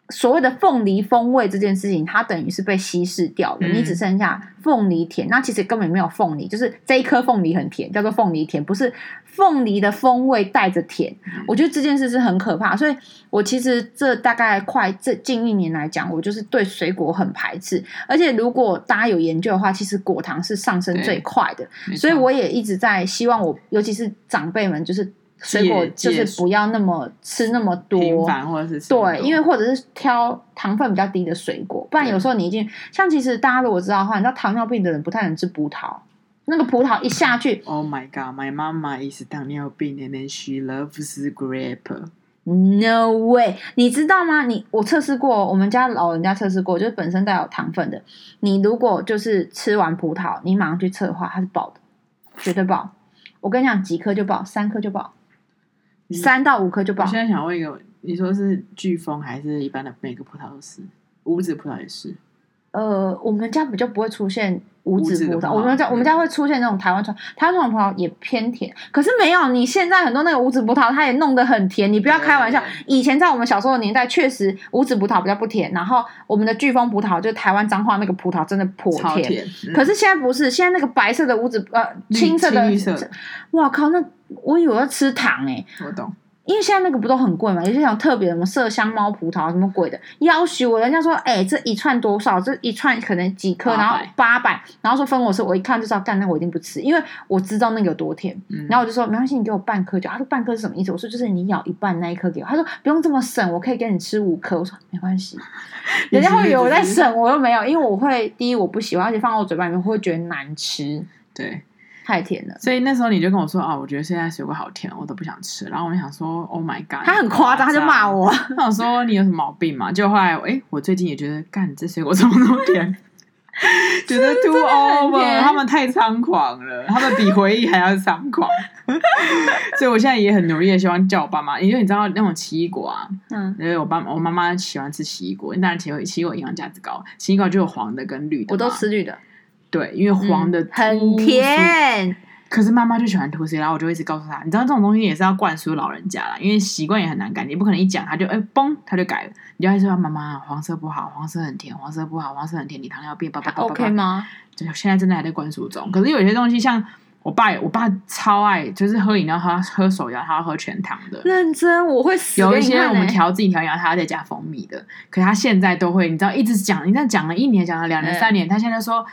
[SPEAKER 2] 所谓的凤梨风味这件事情，它等于是被稀释掉了，
[SPEAKER 1] 嗯
[SPEAKER 2] 你只剩下凤梨甜，那其实根本没有凤梨，就是这一颗凤梨很甜，叫做凤梨甜，不是凤梨的风味带着甜。我觉得这件事是很可怕，所以我其实这大概快这近一年来讲，我就是对水果很排斥，而且如果大家有研究的话，其实果糖是上升
[SPEAKER 1] 对
[SPEAKER 2] 最快的，
[SPEAKER 1] 没错
[SPEAKER 2] 所以我也一直在希望我，尤其是长辈们，就是水果
[SPEAKER 1] 戒
[SPEAKER 2] 就是
[SPEAKER 1] 戒
[SPEAKER 2] 不要那么吃那么多，
[SPEAKER 1] 频繁或者是什么
[SPEAKER 2] 对，因为或者是挑糖分比较低的水果，不然有时候你一进像其实大家如果知道的话，你知道糖尿病的人不太能吃葡萄，那个葡萄一下去，
[SPEAKER 1] Oh my God, my mama is 糖尿病，and then she loves grape。
[SPEAKER 2] No way！你知道吗？你我测试过，哦我们家老人家测试过，就是本身带有糖分的。你如果就是吃完葡萄，你马上去测的话，它是爆的，绝对爆。我跟你讲，几颗就爆，三颗就爆，
[SPEAKER 1] 嗯
[SPEAKER 2] 三到五颗就爆
[SPEAKER 1] 我。现在想问一个，你说是飓风还是一般的每个葡萄都是？无籽葡萄也是，
[SPEAKER 2] 呃，我们家比较不会出现无
[SPEAKER 1] 无籽
[SPEAKER 2] 籽
[SPEAKER 1] 的
[SPEAKER 2] 葡萄，
[SPEAKER 1] 葡萄
[SPEAKER 2] 我们家
[SPEAKER 1] 嗯
[SPEAKER 2] 我们家会出现那种台湾传台湾传统葡萄也偏甜，可是没有你现在很多那个无籽葡萄，它也弄得很甜，你不要开玩笑
[SPEAKER 1] 对。
[SPEAKER 2] 以前在我们小时候的年代，确实无籽葡萄比较不甜，然后我们的飓风葡萄就是台湾彰化那个葡萄真的颇
[SPEAKER 1] 超
[SPEAKER 2] 甜，
[SPEAKER 1] 甜。嗯
[SPEAKER 2] 可是现在不是，现在那个白色的无籽呃
[SPEAKER 1] 绿
[SPEAKER 2] 青色的，
[SPEAKER 1] 青绿色
[SPEAKER 2] 哇靠，那我以为要吃糖哎、
[SPEAKER 1] 我懂，
[SPEAKER 2] 因为现在那个不都很贵嘛，有些想特别什么麝香猫葡萄什么鬼的，要求我人家说，哎、这一串多少？这一串可能几颗，
[SPEAKER 1] 800
[SPEAKER 2] 然后八百，然后说分我吃，我一看就知道，干那我一定不吃，因为我知道那个有多甜。
[SPEAKER 1] 嗯，
[SPEAKER 2] 然后我就说没关系，你给我半颗就好。他说半颗是什么意思？我说就是你咬一半那一颗给我。他说不用这么省，我可以给你吃五颗。我说没关 系，人家会以为我在省，我又没有，因为我会第一我不喜欢，而且放到我嘴巴里面我会觉得难吃，
[SPEAKER 1] 对，
[SPEAKER 2] 太甜了。
[SPEAKER 1] 所以那时候你就跟我说啊，我觉得现在水果好甜，我都不想吃。然后我就想说，Oh my god，
[SPEAKER 2] 他很夸张，他就骂。我。
[SPEAKER 1] 我 想说你有什么毛病嘛？就后来，哎、我最近也觉得，干这水果怎么那么甜， 觉得 too
[SPEAKER 2] 很
[SPEAKER 1] over，
[SPEAKER 2] 甜
[SPEAKER 1] 他们太猖狂了，他们比回忆还要猖狂。 所以我现在也很努力的希望叫我爸妈，因为你知道那种奇异果啊，
[SPEAKER 2] 嗯，
[SPEAKER 1] 因为我爸我妈妈喜欢吃奇异果，当然奇异奇异果营养价值高，奇异果就有黄的跟绿的，
[SPEAKER 2] 我都。吃绿的，
[SPEAKER 1] 对，因为黄的、
[SPEAKER 2] 嗯很。甜。
[SPEAKER 1] 可是妈妈就喜欢吐司，然后我就一直告诉她，你知道这种东西也是要灌输老人家啦，因为习惯也很难改，你不可能一讲他就哎嘣、他就改了，你就要说妈妈黄色不好，黄色很甜，黄色不好，黄色很甜，你糖尿病，爸爸
[SPEAKER 2] 还
[SPEAKER 1] 爸爸
[SPEAKER 2] 啊 OK？吗？
[SPEAKER 1] 就现在真的还在灌输中。可是有些东西像我爸也，我爸超爱就是喝饮料，他喝手摇，他要喝全糖的。
[SPEAKER 2] 认真，我会死
[SPEAKER 1] 有一
[SPEAKER 2] 给你
[SPEAKER 1] 些
[SPEAKER 2] 看
[SPEAKER 1] 我们
[SPEAKER 2] 欸
[SPEAKER 1] 调自己调养，他要再加蜂蜜的，可他现在都会，你知道，一直讲，你这样讲了一年，讲了两年、
[SPEAKER 2] 对
[SPEAKER 1] 三年，他现在说，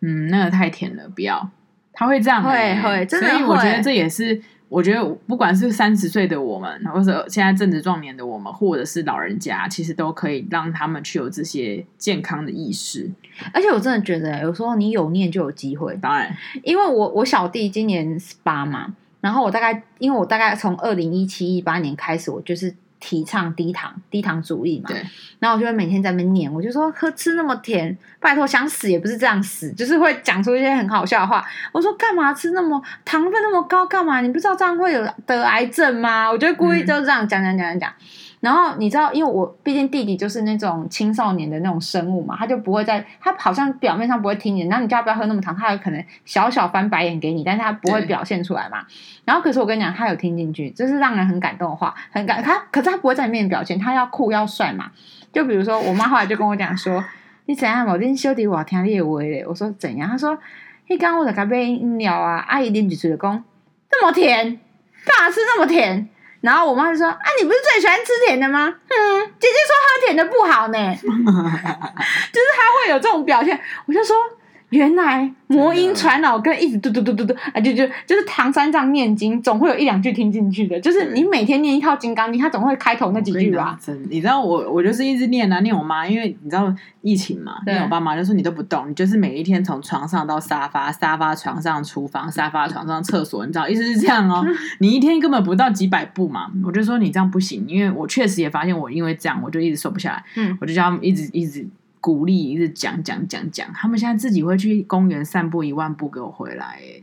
[SPEAKER 1] 嗯，那个太甜了，不要，他会这样、
[SPEAKER 2] 会
[SPEAKER 1] 欸，
[SPEAKER 2] 会真的
[SPEAKER 1] 所以我觉得
[SPEAKER 2] 会
[SPEAKER 1] 这也是，我觉得不管是三十岁的我们，或者现在正值壮年的我们，或者是老人家，其实都可以让他们去有这些健康的意识。
[SPEAKER 2] 而且我真的觉得，欸有时候你有念就有机会。
[SPEAKER 1] 当然，
[SPEAKER 2] 因为我我小弟今年十八嘛，然后我大概因为我大概从二零一七一八年开始，我就是提倡低糖低糖主义嘛，
[SPEAKER 1] 对，
[SPEAKER 2] 然后我就会每天在那边念，我就说喝吃那么甜，拜托想死也不是这样死，就是会讲出一些很好笑的话。我说干嘛吃那么糖分那么高干嘛？你不知道这样会有得癌症吗？我就故
[SPEAKER 1] 嗯
[SPEAKER 2] 意就这样讲讲讲讲讲。然后你知道，因为我毕竟弟弟就是那种青少年的那种生物嘛，他就不会在，他好像表面上不会听你，然后你叫他不要喝那么糖，他有可能小小翻白眼给你，但是他不会
[SPEAKER 1] 对
[SPEAKER 2] 表现出来嘛。然后可是我跟你讲，他有听进去，这是让人很感动的话，很感他，可是他不会在你面前表现，他要酷要帅嘛。就比如说，我妈后来就跟我讲说，你怎样嘛，我今天休弟我听你的话嘞。我说怎样？他说，迄刚我在咖啡饮料啊，阿姨拎几嘴就讲，那么甜，干嘛吃那么甜？然后我妈就说：“啊，你不是最喜欢吃甜的吗？”嗯，姐姐说喝甜的不好 呢，就是她会有这种表现。我就说，原来魔音传脑跟一直嘟嘟嘟嘟嘟啊，就就就是唐三藏念经，总会有一两句听进去的。就是你每天念一套金刚经，它总会开头那几句啊吧。
[SPEAKER 1] 我跟你讲真，你知道我我就是一直念啊念我妈，因为你知道疫情嘛，
[SPEAKER 2] 对
[SPEAKER 1] 念我爸妈就说你都不懂，你就是每一天从床上到沙发，沙发床上厨房，沙发床上厕所，你知道意思是这样
[SPEAKER 2] 嗯
[SPEAKER 1] 哦，你一天根本不到几百步嘛，我就说你这样不行，因为我确实也发现我因为这样我就一直瘦不下来，
[SPEAKER 2] 嗯
[SPEAKER 1] 我就叫他们一直一直。鼓励一直讲讲讲讲，他们现在自己会去公园散步一万步给我回来、欸。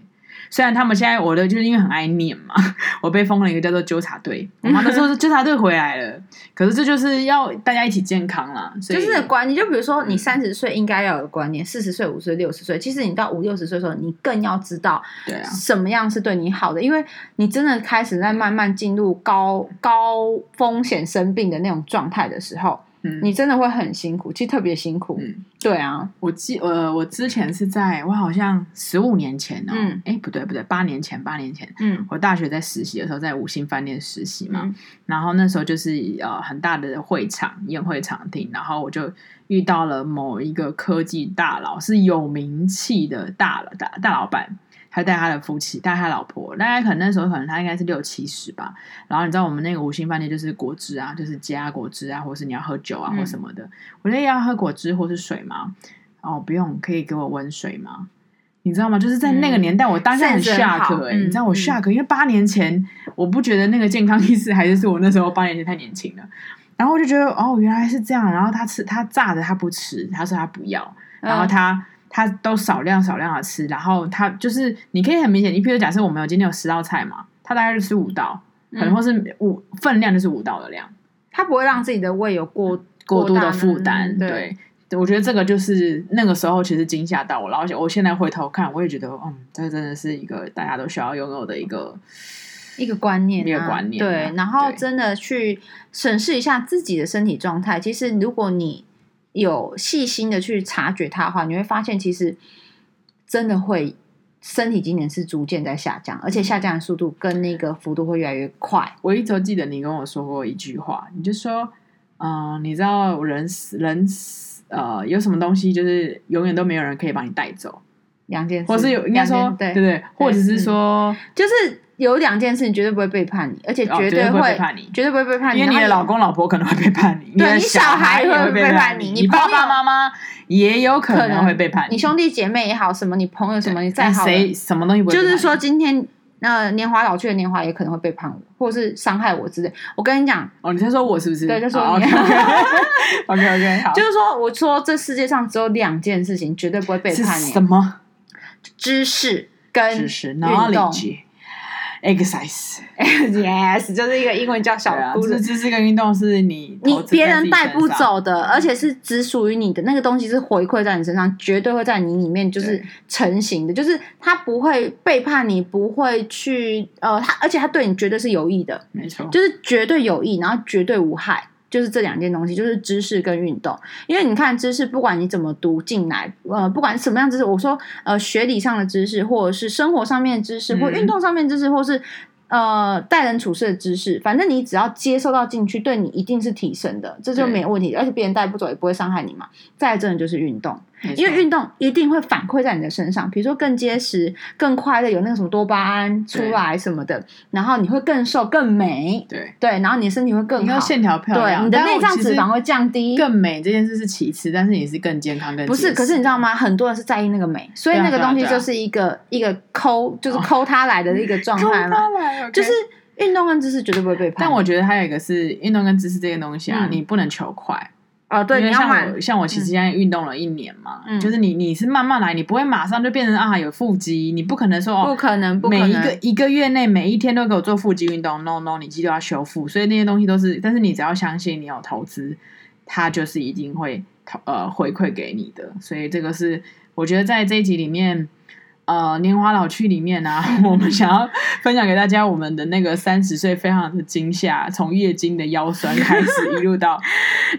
[SPEAKER 1] 虽然他们现在我的就是因为很爱念嘛， 我被封了一个叫做纠察 队，我妈都说是纠察队回来了。可是这就是要大家一起健康啦，所
[SPEAKER 2] 就
[SPEAKER 1] 以
[SPEAKER 2] 是观念，就比如说你
[SPEAKER 1] 嗯
[SPEAKER 2] 三十岁应该要有的观念，四十岁、五十岁、六十岁，其实你到五六十岁的时候，你更要知道
[SPEAKER 1] 对啊，
[SPEAKER 2] 什么样是对你好的，因为你真的开始在慢慢进入高高风险生病的那种状态的时候，
[SPEAKER 1] 嗯，
[SPEAKER 2] 你真的会很辛苦，其实特别辛苦。
[SPEAKER 1] 嗯
[SPEAKER 2] 对啊，
[SPEAKER 1] 我记呃，我之前是在我好像十五年前哦、
[SPEAKER 2] 嗯
[SPEAKER 1] 哎、不对不对，八年前八年前，
[SPEAKER 2] 嗯
[SPEAKER 1] 我大学在实习的时候，在五星饭店实习嘛，
[SPEAKER 2] 嗯
[SPEAKER 1] 然后那时候就是呃很大的会场宴会场厅，然后我就遇到了某一个科技大佬，是有名气的大佬大大老板。他带他的夫妻，带他老婆，大概可能那时候可能他应该是六七十吧。然后你知道我们那个五星饭店就是果汁啊，就是加果汁啊，或是你要喝酒啊
[SPEAKER 2] 嗯
[SPEAKER 1] 或什么的。我就要喝果汁或是水吗？哦，不用，可以给我温水吗？你知道吗？就是在那个
[SPEAKER 2] 嗯
[SPEAKER 1] 年代，我当下很
[SPEAKER 2] sense 很
[SPEAKER 1] shock
[SPEAKER 2] 好
[SPEAKER 1] 哎、
[SPEAKER 2] 嗯
[SPEAKER 1] 你知道我
[SPEAKER 2] 嗯
[SPEAKER 1] shock，、因为八年前我不觉得那个健康意识还是是我那时候八年前太年轻了。然后我就觉得哦，原来是这样。然后他吃他炸的他不吃，他说他不要，然后
[SPEAKER 2] 嗯
[SPEAKER 1] 他、他都少量少量的吃，然后他就是你可以很明显，你譬如假设我们有今天有十道菜嘛，他大概就吃五道，可能
[SPEAKER 2] 嗯
[SPEAKER 1] 或是五分量就是五道的量，
[SPEAKER 2] 他不会让自己的胃有过
[SPEAKER 1] 嗯过度
[SPEAKER 2] 大
[SPEAKER 1] 的负担，
[SPEAKER 2] 对。
[SPEAKER 1] 对。我觉得这个就是那个时候其实惊吓到我，然后我现在回头看，我也觉得，嗯，这真的是一个大家都需要拥有的一个
[SPEAKER 2] 一个观念、啊，
[SPEAKER 1] 一个观念啊
[SPEAKER 2] 对，然后
[SPEAKER 1] 对
[SPEAKER 2] 真的去审视一下自己的身体状态。其实，如果你有细心的去察觉它的话，你会发现，其实真的会身体机能是逐渐在下降，而且下降的速度跟那个幅度会越来越快。
[SPEAKER 1] 我一直都记得你跟我说过一句话，你就说，嗯、你知道人死人死呃有什么东西就是永远都没有人可以把你带走，
[SPEAKER 2] 两件事，
[SPEAKER 1] 或是有应该
[SPEAKER 2] 两
[SPEAKER 1] 说
[SPEAKER 2] 件对嗯
[SPEAKER 1] 对对，或者是说、
[SPEAKER 2] 就是有两件事，你绝对不会背叛你，而且
[SPEAKER 1] 哦
[SPEAKER 2] 绝
[SPEAKER 1] 对
[SPEAKER 2] 会、
[SPEAKER 1] 背叛你。
[SPEAKER 2] 绝对不会背叛你，
[SPEAKER 1] 因为你
[SPEAKER 2] 然后
[SPEAKER 1] 的
[SPEAKER 2] 也
[SPEAKER 1] 老公老婆可能会背叛你，
[SPEAKER 2] 对
[SPEAKER 1] 的
[SPEAKER 2] 你小
[SPEAKER 1] 孩
[SPEAKER 2] 孩
[SPEAKER 1] 也
[SPEAKER 2] 会
[SPEAKER 1] 会
[SPEAKER 2] 背
[SPEAKER 1] 叛
[SPEAKER 2] 叛你
[SPEAKER 1] 你
[SPEAKER 2] 你
[SPEAKER 1] 爸
[SPEAKER 2] 朋
[SPEAKER 1] 爸
[SPEAKER 2] 友
[SPEAKER 1] 妈妈也有可
[SPEAKER 2] 可
[SPEAKER 1] 能
[SPEAKER 2] 能
[SPEAKER 1] 会背叛
[SPEAKER 2] 你兄弟姐妹也好，什么你朋友什么，你再
[SPEAKER 1] 但
[SPEAKER 2] 好的
[SPEAKER 1] 哎谁什么东西不会背
[SPEAKER 2] 就
[SPEAKER 1] 叛你？
[SPEAKER 2] 是说，今天呃年华老去的年华也可能会背叛我，或者是伤害我之类。我跟你讲，
[SPEAKER 1] 哦，你在说我是不是？
[SPEAKER 2] 对在说
[SPEAKER 1] 哦
[SPEAKER 2] 你
[SPEAKER 1] OK，OK，OK，OK，OK，好，
[SPEAKER 2] 就是说，我说这世界上只有两件事情绝对不会背
[SPEAKER 1] 是
[SPEAKER 2] 叛
[SPEAKER 1] 什
[SPEAKER 2] 你：
[SPEAKER 1] 么
[SPEAKER 2] 知识跟
[SPEAKER 1] 知识
[SPEAKER 2] 运动。
[SPEAKER 1] knowledge exercise？
[SPEAKER 2] yes，就是一个英文叫小
[SPEAKER 1] 对啊，
[SPEAKER 2] 姑
[SPEAKER 1] 这
[SPEAKER 2] 子。
[SPEAKER 1] 这是个运动，是你
[SPEAKER 2] 你
[SPEAKER 1] 投资
[SPEAKER 2] 别
[SPEAKER 1] 在自
[SPEAKER 2] 人
[SPEAKER 1] 己
[SPEAKER 2] 带
[SPEAKER 1] 身
[SPEAKER 2] 不
[SPEAKER 1] 上，
[SPEAKER 2] 走的，而且是只属于你的那个东西，是回馈在你身上，绝对会在你里面就是
[SPEAKER 1] 对
[SPEAKER 2] 成型的，就是他不会背叛你，不会去呃，他而且他对你绝对是有益的。
[SPEAKER 1] 没错，
[SPEAKER 2] 就是绝对有益，然后绝对无害，就是这两件东西，就是知识跟运动。因为你看知识，不管你怎么读进来，呃，不管什么样知识，我说呃学理上的知识，或者是生活上面的知识，
[SPEAKER 1] 嗯
[SPEAKER 2] 或运动上面的知识，或是呃待人处事的知识，反正你只要接受到进去，对你一定是提升的，这就
[SPEAKER 1] 对
[SPEAKER 2] 没有问题。而且别人带不走，也不会伤害你嘛。再来真的就是运动。
[SPEAKER 1] 没
[SPEAKER 2] 因为
[SPEAKER 1] 错
[SPEAKER 2] 运动一定会反馈在你的身上，比如说更结实、更快乐，有那个什么多巴胺出来什么的，然后你会更瘦、更美，
[SPEAKER 1] 对，
[SPEAKER 2] 对，然后你的身体会更
[SPEAKER 1] 你要
[SPEAKER 2] 好，
[SPEAKER 1] 线条漂
[SPEAKER 2] 对，
[SPEAKER 1] 亮，
[SPEAKER 2] 你的
[SPEAKER 1] 但
[SPEAKER 2] 内
[SPEAKER 1] 我
[SPEAKER 2] 脏
[SPEAKER 1] 其
[SPEAKER 2] 脂
[SPEAKER 1] 实
[SPEAKER 2] 肪会降低。
[SPEAKER 1] 更美这件事是其次，但是你是更健康，更
[SPEAKER 2] 不是，
[SPEAKER 1] 结
[SPEAKER 2] 可
[SPEAKER 1] 实
[SPEAKER 2] 是你知道吗？很多人是在意那个美，所以那个
[SPEAKER 1] 对啊对啊
[SPEAKER 2] 东西
[SPEAKER 1] 对啊
[SPEAKER 2] 就是一个、一个抠，就是抠它来的一个状
[SPEAKER 1] 的？
[SPEAKER 2] 态嘛。
[SPEAKER 1] 嘛
[SPEAKER 2] 就是运动跟知识绝对不会背叛。
[SPEAKER 1] 但我觉得还有一个是运动跟知识这些东西啊，
[SPEAKER 2] 嗯
[SPEAKER 1] 你不能求快。
[SPEAKER 2] 哦，对，
[SPEAKER 1] 因
[SPEAKER 2] 你
[SPEAKER 1] 为
[SPEAKER 2] 要
[SPEAKER 1] 像
[SPEAKER 2] 买
[SPEAKER 1] 我像我其实现在运动了一年嘛，
[SPEAKER 2] 嗯
[SPEAKER 1] 就是你你是慢慢来，你不会马上就变成啊有腹肌，你不可能说
[SPEAKER 2] 不
[SPEAKER 1] 哦。
[SPEAKER 2] 可能，不可
[SPEAKER 1] 每
[SPEAKER 2] 能
[SPEAKER 1] 一个一个月内，每一天都给我做腹肌运动，no no，你肌肉要修复，所以那些东西都是，但是你只要相信你有投资，它就是一定会投呃回馈给你的，所以这个是我觉得在这一集里面，呃，年华老去里面呢、啊， 我们想要分享给大家我们的那个三十岁非常的惊吓，从月经的腰酸开始，一路 到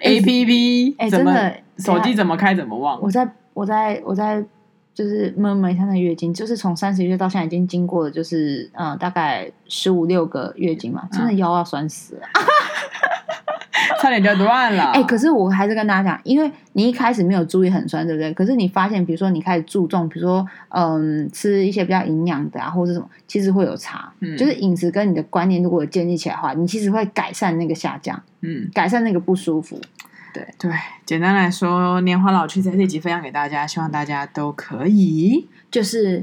[SPEAKER 1] A P P，
[SPEAKER 2] 哎
[SPEAKER 1] 怎么
[SPEAKER 2] 真的
[SPEAKER 1] 手机怎么开怎么忘，
[SPEAKER 2] 我在我在我在就是闷闷一下那月经，就是从三十一岁到现在已经经过了就是呃大概十五六个月经嘛，真的
[SPEAKER 1] 嗯
[SPEAKER 2] 腰要酸死了。
[SPEAKER 1] 差点就断了。
[SPEAKER 2] 哎、可是我还是跟大家讲，因为你一开始没有注意很酸，对不对？可是你发现，比如说你开始注重，比如说嗯吃一些比较营养的啊，或者什么，其实会有差。
[SPEAKER 1] 嗯
[SPEAKER 2] 就是饮食跟你的观念如果有建立起来的话，你其实会改善那个下降，
[SPEAKER 1] 嗯，
[SPEAKER 2] 改善那个不舒服。
[SPEAKER 1] 对，简单来说，年华老去在这集分享给大家，希望大家都可以
[SPEAKER 2] 就是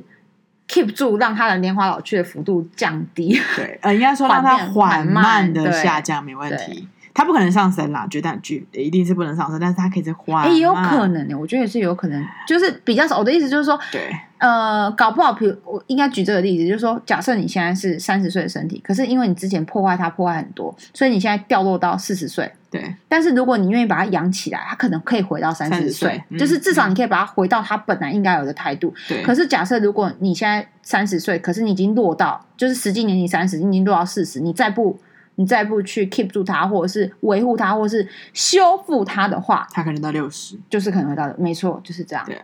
[SPEAKER 2] keep 住让它的年华老去的幅度降低。
[SPEAKER 1] 对，呃，应该说让它缓
[SPEAKER 2] 缓慢
[SPEAKER 1] 慢的
[SPEAKER 2] 缓慢对
[SPEAKER 1] 下降，没问题。它不可能上升啦，绝对绝一定是不能上升，但是它可以再缓
[SPEAKER 2] 哎、
[SPEAKER 1] 慢。
[SPEAKER 2] 也有可能的、我觉得也是有可能，就是比较少。我的意思就是说，
[SPEAKER 1] 对，
[SPEAKER 2] 呃，搞不好，比如我应该举这个例子，就是说，假设你现在是三十岁的身体，可是因为你之前破坏它破坏很多，所以你现在掉落到四十岁。
[SPEAKER 1] 对，
[SPEAKER 2] 但是如果你愿意把它养起来，它可能可以回到三
[SPEAKER 1] 30
[SPEAKER 2] 十
[SPEAKER 1] 岁
[SPEAKER 2] 岁，
[SPEAKER 1] 嗯
[SPEAKER 2] 就是至少你可以把它回到它本来应该有的态度。
[SPEAKER 1] 对，
[SPEAKER 2] 可是假设如果你现在三十岁，可是你已经落到就是实际年龄三十，你已经落到四十，你再不你再不去 keep 住它，或者是维护它，或者是修复它的话，
[SPEAKER 1] 它可能到六十。
[SPEAKER 2] 就是可能会到的，没错，就是这样
[SPEAKER 1] 对。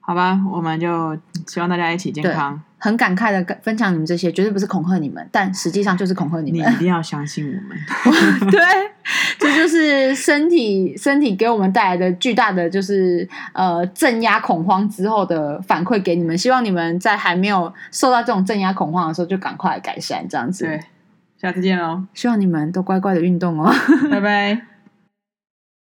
[SPEAKER 1] 好吧，我们就希望大家一起健
[SPEAKER 2] 对
[SPEAKER 1] 康。
[SPEAKER 2] 很感慨的分享你们这些，绝对不是恐吓你们，但实际上就是恐吓你
[SPEAKER 1] 你
[SPEAKER 2] 们
[SPEAKER 1] 一。定要相信我们。
[SPEAKER 2] 对，这就是身体身体给我们带来的巨大的就是呃镇压恐慌之后的反馈给你们。希望你们在还没有受到这种镇压恐慌的时候，就赶快改善这样子。
[SPEAKER 1] 对，下次见喽，
[SPEAKER 2] 希望你们都乖乖的运动哦。
[SPEAKER 1] 拜拜。